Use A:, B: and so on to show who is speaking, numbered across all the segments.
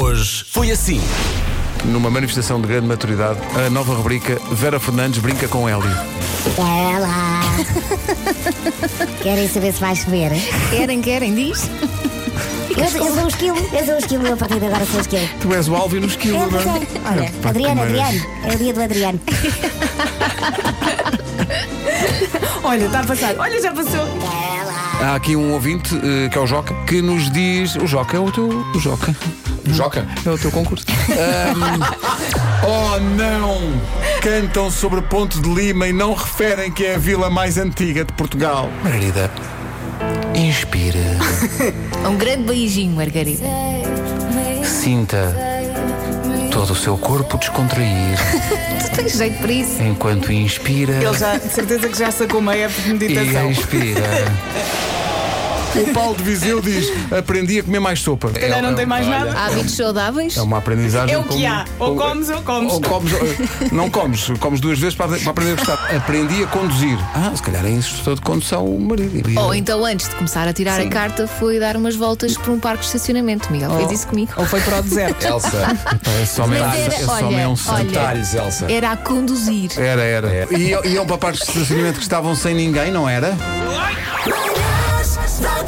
A: Hoje foi assim.
B: Numa manifestação de grande maturidade, a nova rubrica Vera Fernandes brinca com Hélio.
C: Bora lá. Querem saber se vai chover?
D: Querem, querem, diz?
C: Eu, eu sou o esquilo, eu sou o esquilo, eu a partir de agora sou o esquilo.
B: Tu és o Alvin no esquilo,
C: É, pois
B: não
C: é.
B: é?
C: Olha,
B: pá,
C: Adriano,
B: que maravilha.
C: Adriano, é o dia do Adriano.
D: Olha,
E: tá
D: está a passar. Olha, já passou.
C: Bora lá.
B: Há aqui um ouvinte, eh, que é o Joca, que nos diz. O Joca é o teu. O Joca.
F: Joca?
B: É o teu concurso. Ahm, oh não! Cantam sobre Ponte de Lima e não referem que é a vila mais antiga de Portugal. Margarida, inspira,
D: Um grande beijinho, Margarida.
B: sinta todo o seu corpo descontrair
D: Tu tens jeito para isso.
B: enquanto inspira
E: Ele já, de certeza que já sacou uma app de meditação.
B: expira. O Paulo de Viseu diz: aprendi a comer mais sopa.
E: calhar não tem mais
B: olha,
E: nada.
D: Há Hábitos saudáveis?
B: É uma aprendizagem.
E: É o que
B: como-
E: há. Ou
B: como-
E: comes ou comes.
B: Ou comes, ou- não comes, comes duas vezes para, para aprender a gostar. Aprendi a conduzir. Ah, se calhar é instrutor de condução o marido.
D: Ou então, antes de começar a tirar a carta, foi dar umas voltas por um parque de estacionamento, Miguel. Fez
B: Oh.
D: isso comigo.
E: Ou foi para o deserto.
F: Elsa.
B: Esse homem,
D: Mas era-
B: esse homem é um
D: olha,
B: santo.
D: olha.
F: Detalhes, Elsa.
D: Era a conduzir.
B: Era, era. E e iam para partes de estacionamento que estavam sem ninguém, não era?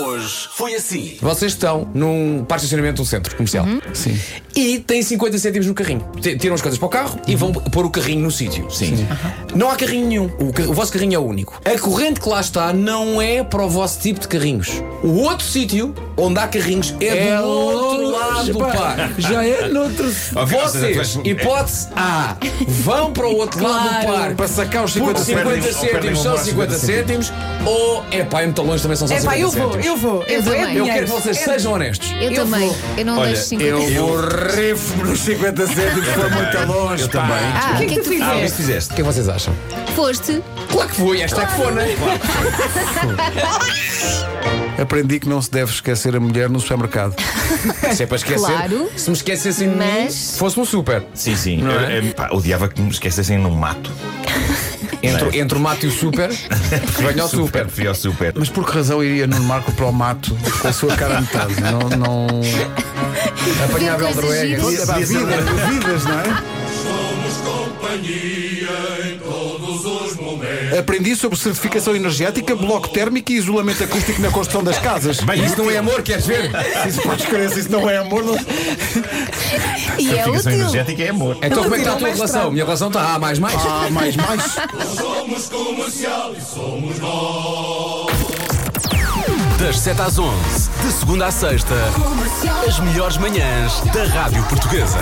A: Hoje foi assim.
F: Vocês estão num parque de estacionamento de um centro comercial
E: Uhum.
B: Sim.
F: e têm 50 cêntimos no carrinho. T- Tiram as coisas para o carro
B: Uhum.
F: e vão pôr o carrinho no sítio. Sim. Não há carrinho nenhum. O, ca- o vosso carrinho é o único. A corrente que lá está não é para o vosso tipo de carrinhos. O outro sítio onde há carrinhos é, do outro lado do parque.
B: Já é noutro.
F: Vocês,
B: um-
F: hipótese A, vão para o outro lado do parque.
B: Para sacar os
F: Porque
B: 50
F: 50
B: cêntimos.
F: cêntimos são 50 cêntimos ou é pá, em metalões também são só
E: É
F: 50
E: pá, eu vou,
F: cêntimos.
E: eu vou.
D: Eu
E: vou, é
D: também.
F: Eu
E: dinheiro.
F: quero que vocês
E: É-
F: sejam honestos.
D: Eu, também. Eu não deixo 50
B: vou rifo nos 50 cêntimos, foi muito longe. Eu também.
D: Ah, o que é que tu
E: fizeste?
D: fizeste?
F: O que é que vocês acham?
D: Foste.
F: Claro que foi, esta é que foi, não é?
B: Aprendi que não se deve esquecer a mulher no supermercado.
F: Se é para esquecer.
D: Claro.
F: Se me esquecessem de mim,
D: Mas-
F: se fosse um super.
G: Sim, sim. Eu,
F: é?
G: eu, pá, odiava que me esquecessem num mato.
F: Entre, entre o mato e o super, venha o super.
G: Fui ao super.
B: Mas por que razão iria Nuno Marco para o mato com a sua cara a metade? Não. não...
D: Ver
F: Apanhava
D: coisas
F: Eldroega.
D: giras.
B: é, Pá, vidas, vidas, não é? Aprendi sobre certificação energética, bloco térmico e isolamento acústico na construção das casas.
G: Bem,
F: Isso não é amor, queres ver?
B: Isso podes crer, se isso não é amor. Não...
D: E é
G: Certificação
D: útil.
G: energética é amor.
F: Então como é que está
E: Tirou
F: a tua
E: mais
F: relação?
E: trago.
F: Minha relação está A mais mais.
B: Ah, mais, mais.
A: Das 7 às 11, de segunda à sexta, as melhores manhãs da Rádio Portuguesa.